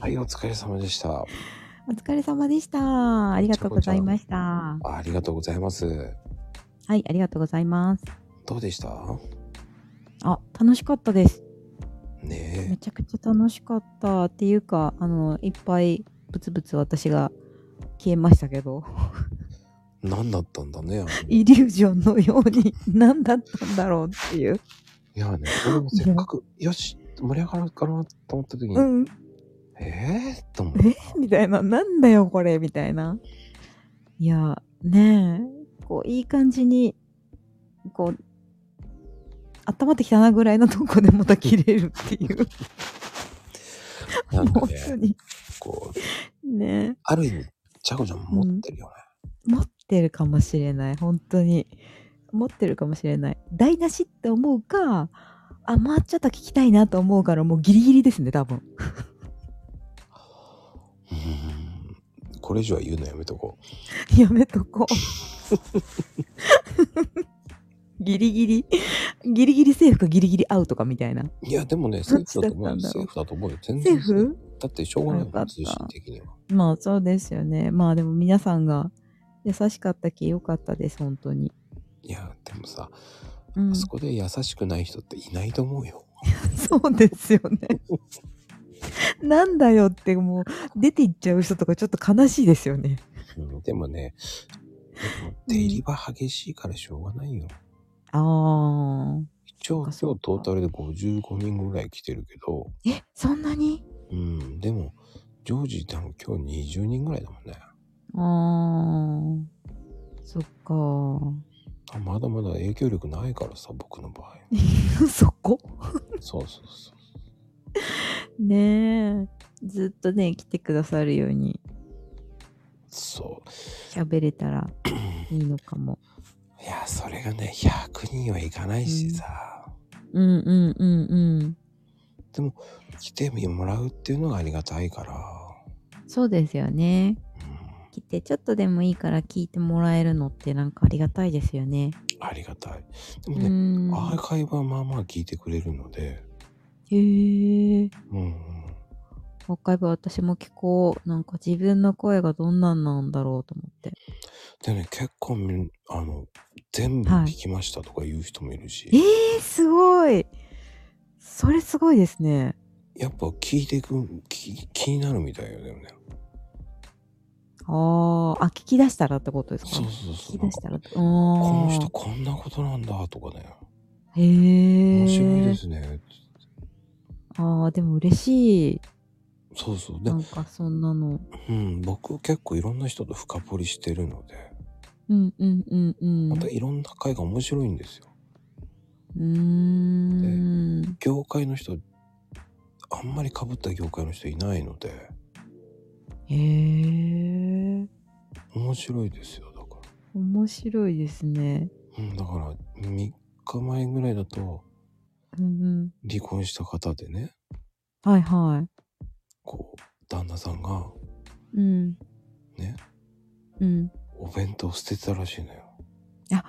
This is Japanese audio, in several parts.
はい、お疲れ様でした。お疲れ様でした。ありがとうございました。はありがとうございます。い、ありがとうございます。どうでしたあ、楽しかったです。めねちゃくちゃ楽しかったっていうか、あの、いっぱいブツブツ私が消えましたけど、え。何だったんだね。あのいイリュージョンのように 何だったんだろうっていう。やね、俺もせっかく、よし、盛り上がるかなと思った時に、うん、ええと思っえみたいな、なんだよこれみたいな。いや、ねえ、こう、いい感じに、こう、温まってきたなぐらいのとこでまた切れるっていう。て。なんか本ね当、にこう、ねある意味、ちゃこちゃん持ってるよね。持ってるかもしれない本当に持ってるかもしれない台無しって思うかあもうちょっと聞きたいなと思うからもうギリギリですね多分 うーん。これ以上は言うのやめとこう。やめとこう ギリギリギリギリセーフかギリギリアウトかみたいないや、でもね、セーフだと思うよ。どっちだセったんだろうーフだと思うよ。全セー然。フだってしょうがないよもかっん、た通信的には。まあそうですよねまあでも皆さんが優しかったき良かったです本当に、いや、でもさ、うん、あ そそこで優しくない人っていないと思うよ。うですよ ねなんだよってもう出ていっちゃう人とかちょっと悲しいですよねうんでもね、でもうん出入りは激しいからしょうがないよ。ああ。一応そ今う日かトータルで55人ぐらい来てるけど、え、そんなにうん、でも、ジョージ多分今日20人ぐらいだもんね。ああ。そっか。あまだまだ影響力ないからさ、僕の場 合。 そこそうそうそう。ねえ。ずっとね、来てくださるようにそ喋れた らいいのかも。う。いや、それがね、100人はいかないしさ、うんうんうんうん。来てもらうっていうのがありがたいから。そうですよね。うん、来てちょっとでもいいから聞いてもらえるのってなんかありがたいですよね。ありがたい。でうもーね、ん。アーカイブはまあまあ聞いてくれるので、へえ。うんうん。もう一回私も聞こう。なんか自分の声がどんなんなんだろうと思って。でね、結構みん、あの、全部はい聞きましたとか言う人もいるし、えー、すごいそれすごいですね。やっぱ聞いていく、き気になるみたいよね。あーあ、聞き出したらってことですかそうそうそう。聞きなん出かしたらって。ここの人こんなことなんだとかね。へ面白いえで。すね。ああ、でも嬉しい。そうそう。でな、んかそんなの。うん、僕結構いろんな人と深掘りしてるので、うんうんうんうん。まうたいろんな回が面白いんですよ。ーん。業界の人、あんまり被った業界の人いないので、へえ。面白いですよ、だから。面白いですね。うん、だから、3日前ぐらいだと、うん離婚した方でね、うん。はいはこう、旦那さんが、い。うん。ね、うん。お弁当捨ててたらしいのよ。あ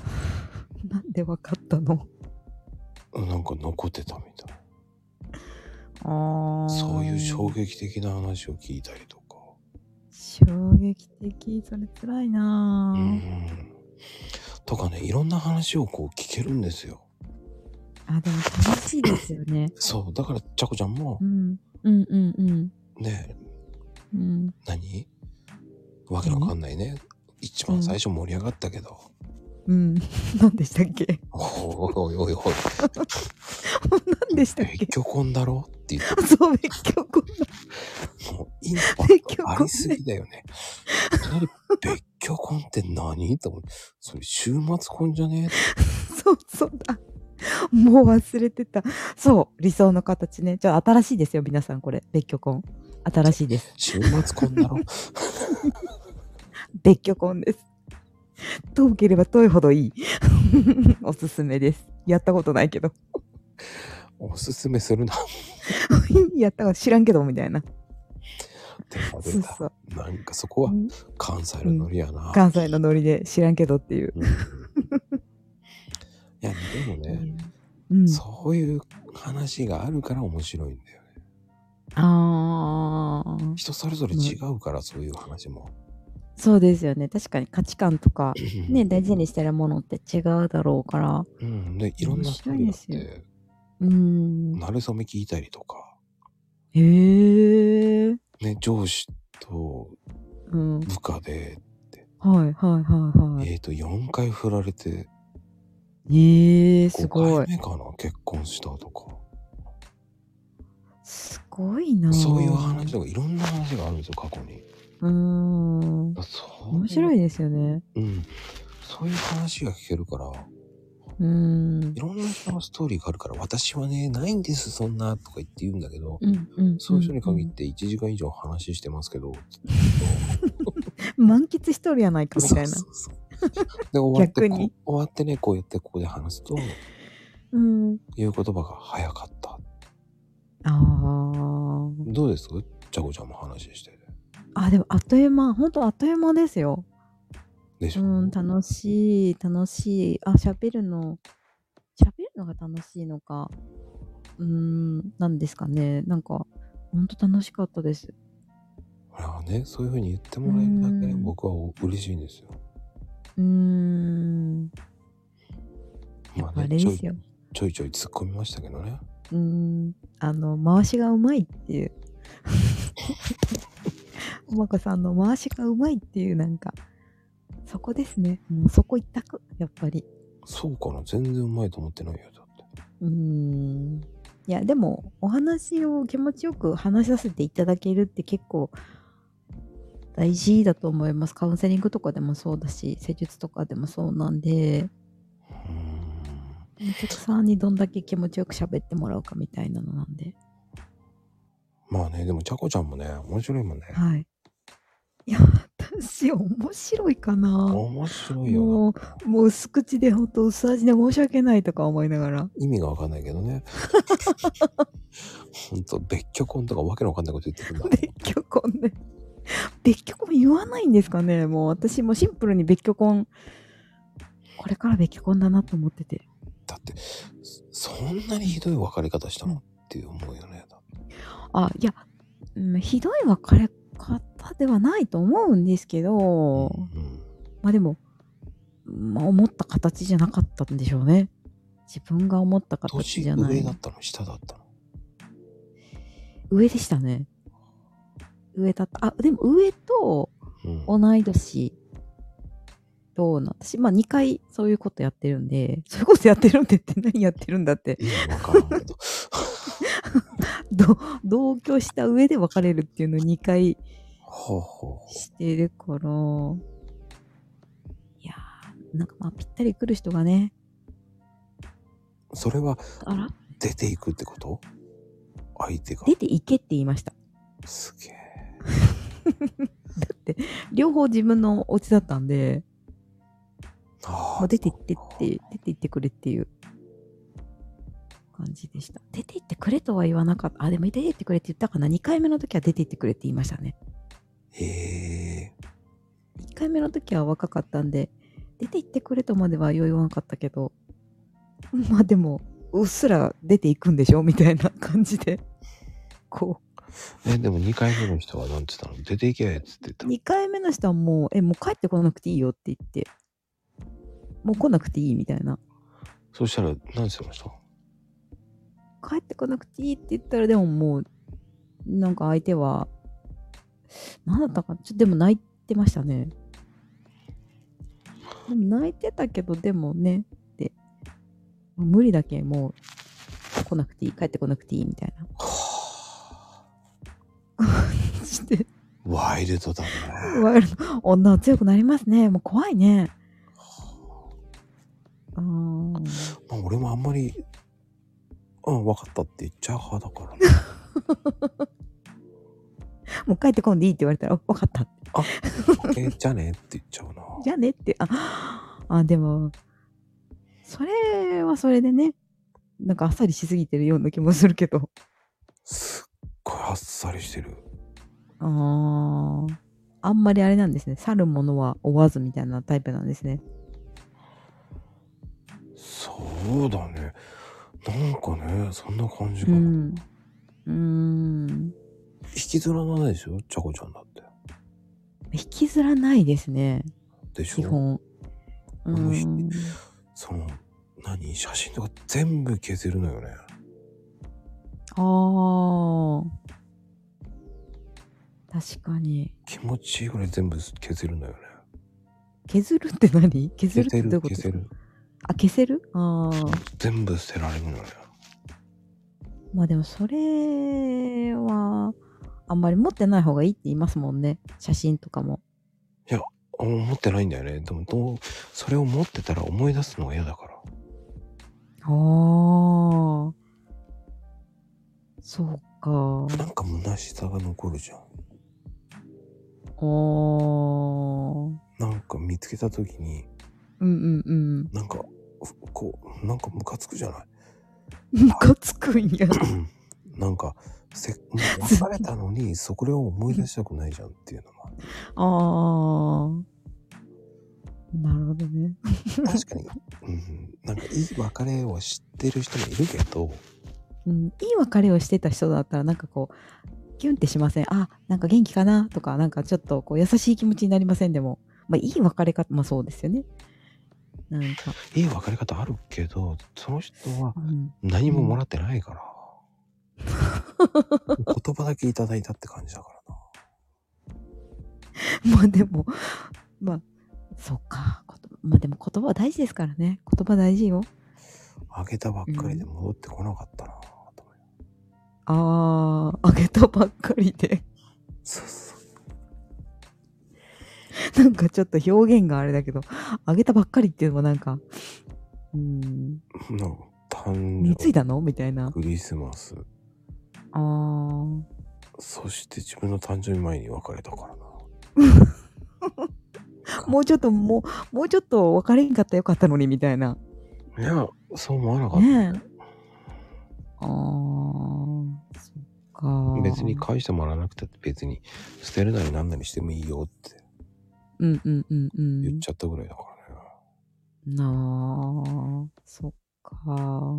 なんでわかったのなんか残ってたみたい。ああ。そういう衝撃的な話を聞いたりとか。衝撃的それ辛いなうぁ、ん。とかね、いろんな話をこう聞けるんですよ。あでも楽しいですよ ねそう、だから、ちゃこちゃんもう、んうんうんうんね、うん何わけわかんないね。一番最初盛り上がったけど。うん何でしたっけ おいおいおいおい、何でしたっ別け居婚だろって言っそう別居婚て、もうインパ別ク居ト婚ありすぎだよね。いきなり、別居婚って何と思って、それ週末婚じゃねそうそうだもう忘れてたそう理想の形ねじゃあ新しいですよ皆さんこれ別居婚新しいです週末婚だ ろ別居婚です遠ければ遠いほどいい おすすめですやったことないけど おすすめするな。やったこと知らんけどみたいなって言われそうた。そうなんかそこはうん関西のノリやな。関西のノリで知らんけどっていう。うんいや、でもね、うん、そういう話があるから面白いんだよね。ああ。人それぞれ違うから、そういう話も。そうですよね。確かに価値観とか、ねね、大事にしてるものって違うだろうから。うん、で、いろんなストーリーがあ面白いって、うーん。慣れ初め聞いたりとか、へえ。ね、上司とうん。部下で、はいはいはいはい。えっ、と、4回振られて、ええー、す5ごい回。目かな、結婚したとか、すごいな。そういう話とか、いろんな話があるんですよ、過去に。うーん。そう面白いい。ですよね。うん。そういう話が聞けるから、うーんい。ろんな人のストーリーがあるから、私はね、ないんです、そんな、とか言って言うんだけど、うんうんそういう人に限って1時間以上話してますけど、うん満喫しとるやないかみたいなそうそうそうで、終わって逆にこ、終わってね、こうやってここで話すと、うん言う言葉が早かった。あどうですちゃこちゃんも話してて。ああでもあっという間本当あっという間ですよでしうょ、ん楽しい楽しいあ喋るの喋るのが楽しいのかうーんなんですかねなんか本当楽しかったですほらね、そういうふうに言ってもらえるだけでうん僕はお嬉しいんですよ。うーんまあれでちょいすよちょいちょい突っ込みましたけどね。うーんあの回しがうまいっていう おまこさんの回しがうまいっていうなんかそこですねもうそこ一択やっぱりそうかな全然うまいと思ってないよ。だって。うーんいやでもお話を気持ちよく話させていただけるって結構大事だと思いますカウンセリングとかでもそうだし施術とかでもそうなんでうーん。お客さんにどんだけ気持ちよく喋ってもらうかみたいなのなんでまあね、でもちゃこちゃんもね、面白いもんね。はいいや私面白いかな面白いよもな。う、もう薄口で本当薄味で申し訳ないとか思いながら。意味がわかんないけど ね。ほんと、別居婚とかわけのわかんないこと言ってくるんだ。 別居婚で。別居婚言わないんですかねもう私もシンプルに別居婚、これから別居婚だなと思ってて。だって、そそんなにひどい別れ方したのっていう思うよね。あ、いや、うんひどい別れ方ではないと思うんですけど、うんまあでも、まあ思った形じゃなかったんでしょうね。自分が思った形年じゃない。上だったの下だったの上でしたね。上だった。あ、でも上と、うん同い年とな私まあ2回そういうことやってるんでそういうことやってるんでって何やってるんだって意味わからんけどど同居した上で別れるっていうのを2回ほうほうほしてるからいやーなんかまあぴったり来る人がねうそれはあら出ていくってこと相手が出ていけって言いましたすげえだって両方自分のお家だったんであもう出て行ってって出て行ってくれっていう感じでした出て行ってくれとは言わなかったあでも出て行ってくれって言ったかな2回目の時は出て行ってくれって言いましたねへえ1回目の時は若かったんで出て行ってくれとまでは言わなかったけどまあでもうっすら出ていくんでしょみたいな感じでこえでも2回目の人は何て言ったの出ていけっつって言ったうの2回目の人はもうえもう帰ってこなくていいよって言ってもう来なくていいみたいなそしたら何て言いま した帰ってこなくていいって言ったらでももうなんか相手は何だったかなちょっとでも泣いてましたねでも泣いてたけどでもねって無理だけんもう来なくていい帰ってこなくていいみたいな 感じでワイルドだねワイルド女は強くなりますねもう怖いねうーんまあ俺もあんまりうん分かったって言っちゃう派だからねもう帰ってこんでいいって言われたら分かった えじゃあねって言っちゃうなじゃあねって、あ、あ、でも、それはそれでね、なんかあっさりしすぎてるような気もするけど。すっごいあっさりしてるあーあんまりあれなんですね。去るものは追わずみたいなタイプなんですね。そうだねなんかねそんな感じうが、ん。うーん。引きずらないでしょちゃこちゃんだって。引きずらないですねでし基ょ本うもうひんその、何写真とか全部消せるのよね。あー確かに気持ちいいぐらい全部消せるのよね。削るって何消削るってせどるういうこと消せる。あ消せるああ全部捨てられるのよね。まあでもそれはあんまり持ってない方がいいって言いますもんね写真とかもあ持ってないんだよね。でもどう、それを持ってたら思い出すのが嫌だから。ああそうかなんか虚しさが残るじゃん。あーなんか見つけた時に、うんうんうんなんか、ふこう、なんかムカつくじゃない ムカつくんやなんか、せ、もう別れたのに、そこを思い出したくないじゃんっていうのも。あーなるほどね確かに、うん、なんかいい別れを知ってる人もいるけど、うん、いい別れをしてた人だったらなんかこうキュンってしませんあなんか元気かなとかなんかちょっとこう優しい気持ちになりませんでも、まあ、いい別れ方まあそうですよねなんか、いい別れ方あるけど、その人はうん、何ももらってないから。 言葉だけいただいたって感じだからな。 まあでもまあそうかことまあでも言葉は大事ですからね言葉大事よあげたばっかりで戻ってこなかったなぁと思いあーあげたばっかりで そうそうそう。なんかちょっと表現があれだけどあげたばっかりっていうのもなんかうんなんか誕貢生いだのみたいなクリスマス、あーそして自分の誕生日前に別れたからな。もうちょっともうもうちょっと別れんかったらよかったのにみたいないや、そう思わなかった。ねえああーそっか別に返してもらわなくたって別に捨てるなりなんなりしてもいいよってうんうんうんう言っんちゃったぐらいだからね。なあそっかまあ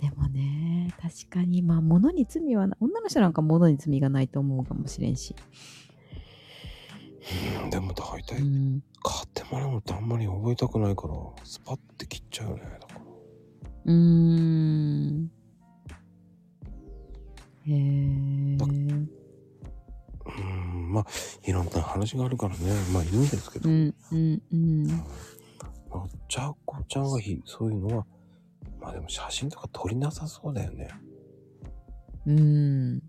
でもね確かにまあ物に罪はな女の人なんか物に罪がないと思うかもしれんし、うんでも大体買うん、ってもらうのってあんまり覚えたくないからスパッて切っちゃうよねだからうーんへえうんまあいろんな話があるからねまあ言うんですけうど、んうんうんまあ、ちゃこちゃんがひそういうのはまあでも写真とか撮りなさそうだよねうん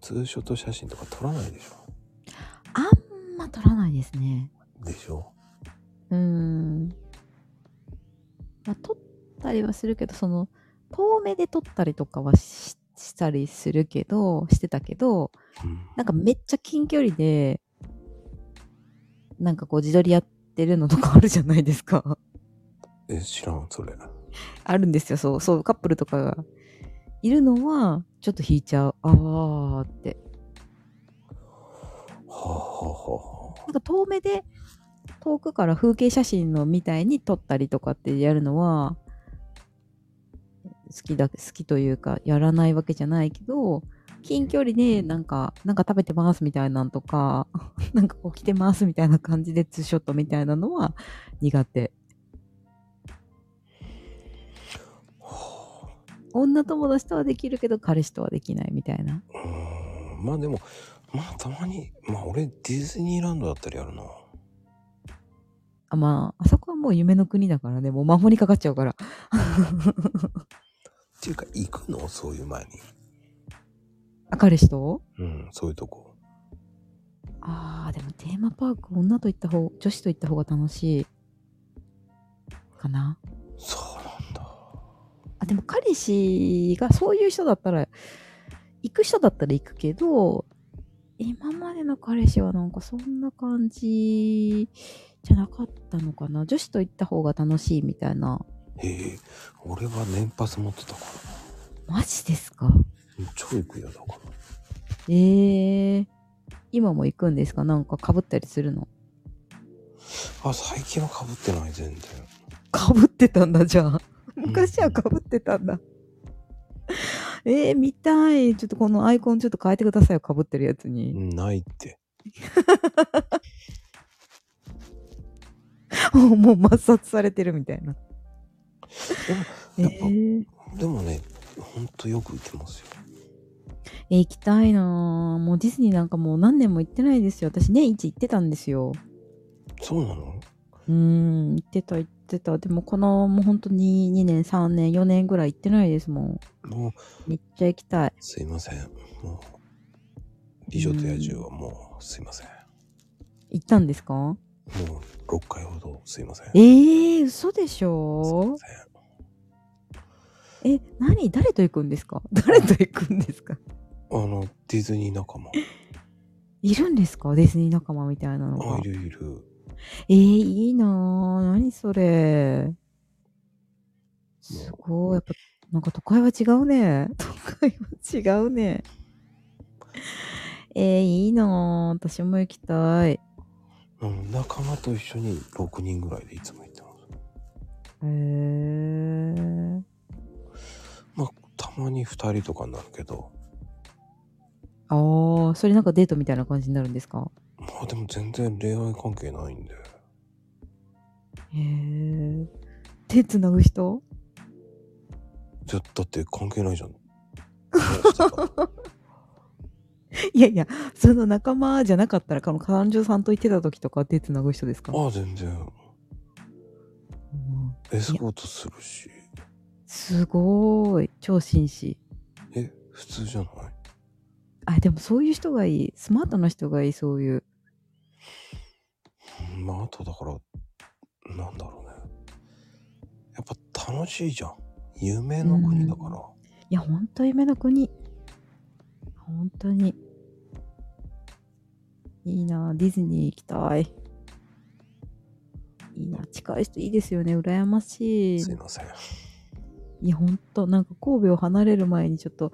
ツーショット写真とか撮らないでしょあんま取らないですねでしょうーん。まあ、撮ったりはするけど、その、遠目で撮ったりとかはししたりするけど、してたけど、うんなんかめっちゃ近距離で、なんかこう自撮りやってるのとかあるじゃないですか。 え知らんそれあるんですよ、そう、そう、カップルとかが。いるのは、ちょっと引いちゃう。あーって。はあはあはなんか遠目で遠くから風景写真のみたいに撮ったりとかってやるのは好きだ好きというかやらないわけじゃないけど近距離でなんかなんか食べてますみたいなんとか なんかこう着てますみたいな感じでツーショットみたいなのは苦手あは女友達とはできるけど彼氏とはできないみたいなあうんまあでもまあたまにまあ俺ディズニーランドだったらやるなあまああそこはもう夢の国だからねもう魔法にかかっちゃうからっていうか行くのそういう前にあ彼氏とうんそういうとこああ、でもテーマパーク、女と行った方、女子と行った方が楽しい。かな。そうなんだ。あ、でも彼氏がそういう人だったら、行く人だったら行くけど、今までの彼氏はなんかそんな感じじゃなかったのかな。女子と行った方が楽しいみたいな。へえ、俺は年パス持ってたかマジですから。超行くよだから。ええ今も行くんですかなんか被ったりするのあ、最近は被ってない全然。かぶってたんだじゃあん昔はかぶってたんだ、えー、見たい。ちょっとこのアイコンちょっと変えてくださいよ。かぶってるやつに。ないって。もう抹殺されてるみたいな。えやっぱー、でもね、ほんとよく行きますよ。え行きたいなぁもうディズニーなんかもう何年も行ってないですよ。私年一行ってたんですよ。そうなのうーん、行ってた行ってた。でもこのもう本当に2年、3年、4年ぐらい行ってないですもん。もう、めっちゃ行きたい。すいません。もう、美女と野獣はもう、すいません。行ったんですかもう、6回ほど、すいません。えー、嘘でしすいまょせんえ、何誰と行くんですか 誰と行くんですかあの、ディズニー仲間。いるんですかディズニー仲間みたいなのあが、い。るいる。えー、いいなぁ。何それ。すごい。やっぱ、なんか都会は違うね。 都会は違うね。えー、いいなぁ。私も行きたい。うん、仲間と一緒に6人ぐらいでいつも行ってます。へー。まあ、たまに2人とかになるけど、ああ、それなんかデートみたいな感じになるんですかまあでも全然恋愛関係ないんで。へえ。手つなぐ人じゃだって関係 ないじゃん。 いやいや、その仲間じゃなかったら、この彼女さんと行ってた時とか手つなぐ人ですかああ、全然。うんエスコートするし。すごーい。超紳士。え、普通じゃないあ、でもそういう人がいい。スマートな人がいい、そういう。うんまあ、あとだから、なんだろうね。やっぱ楽しいじゃん。夢の国だから。いや、ほんと夢の国。ほんとに。いいなぁディズニー行きたい。いいな近い人いいですよね。羨ましい。すいません。いや、ほんと、なんか神戸を離れる前にちょっと、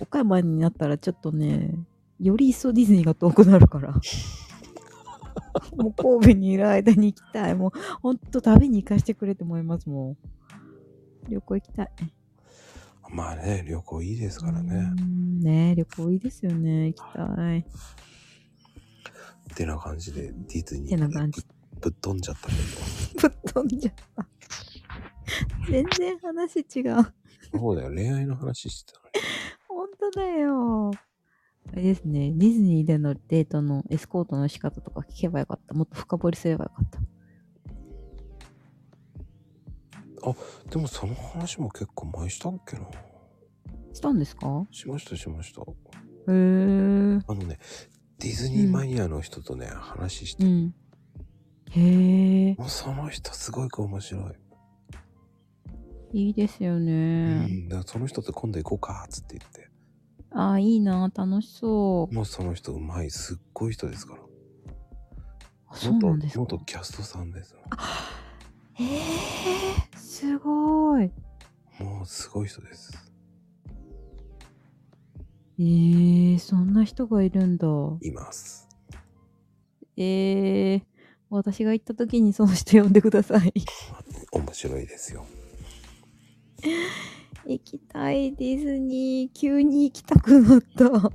岡山になったらちょっとね、より一層ディズニーが遠くなる から。もう神戸にいる間に行きたい。もうほんと旅に行かしてくれと思いますもん。旅行行きたい。まあね、旅行いいですからね。うんねえ旅行いいですよね。行きたい。っってな感じで、ディズニてーなに感じ。ぶっ飛んじゃったけぶっ飛んじゃった。 全然話違う。ど。そうだよ、恋愛の話してたのに。ほんとだよ。あれですね、ディズニーでのデートのエスコートの仕方とか聞けばよかった。もっと深掘りすればよかった。でもその話も結構前したっけな。したんですかしました、しました。へー。あのね、ディズニーマニアの人とね、話して、うん。へえ、もうその人すごく面白い。いいですようね。ん、だからその人と今度行こうかっつって言って、ああ、いいな、楽しそう。もうその人うまい、すっごい人ですから。あそうなんですか元。元キャストさんです。へえ、すごい。もうすごい人です。えー、そんな人がいるんだ。います。えー、私が行った時に その人呼んでください。面白いですよ。行きたいディズニー急に行きたくなった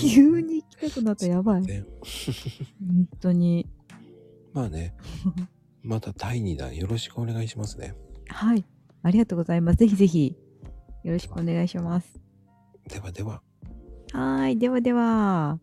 急に行きたくなったやばいね本当にまあ ね、また第2弾よろしくお願いしますね。はいありがとうございますぜひぜひよろしくお願いしますではでは。はーいではでは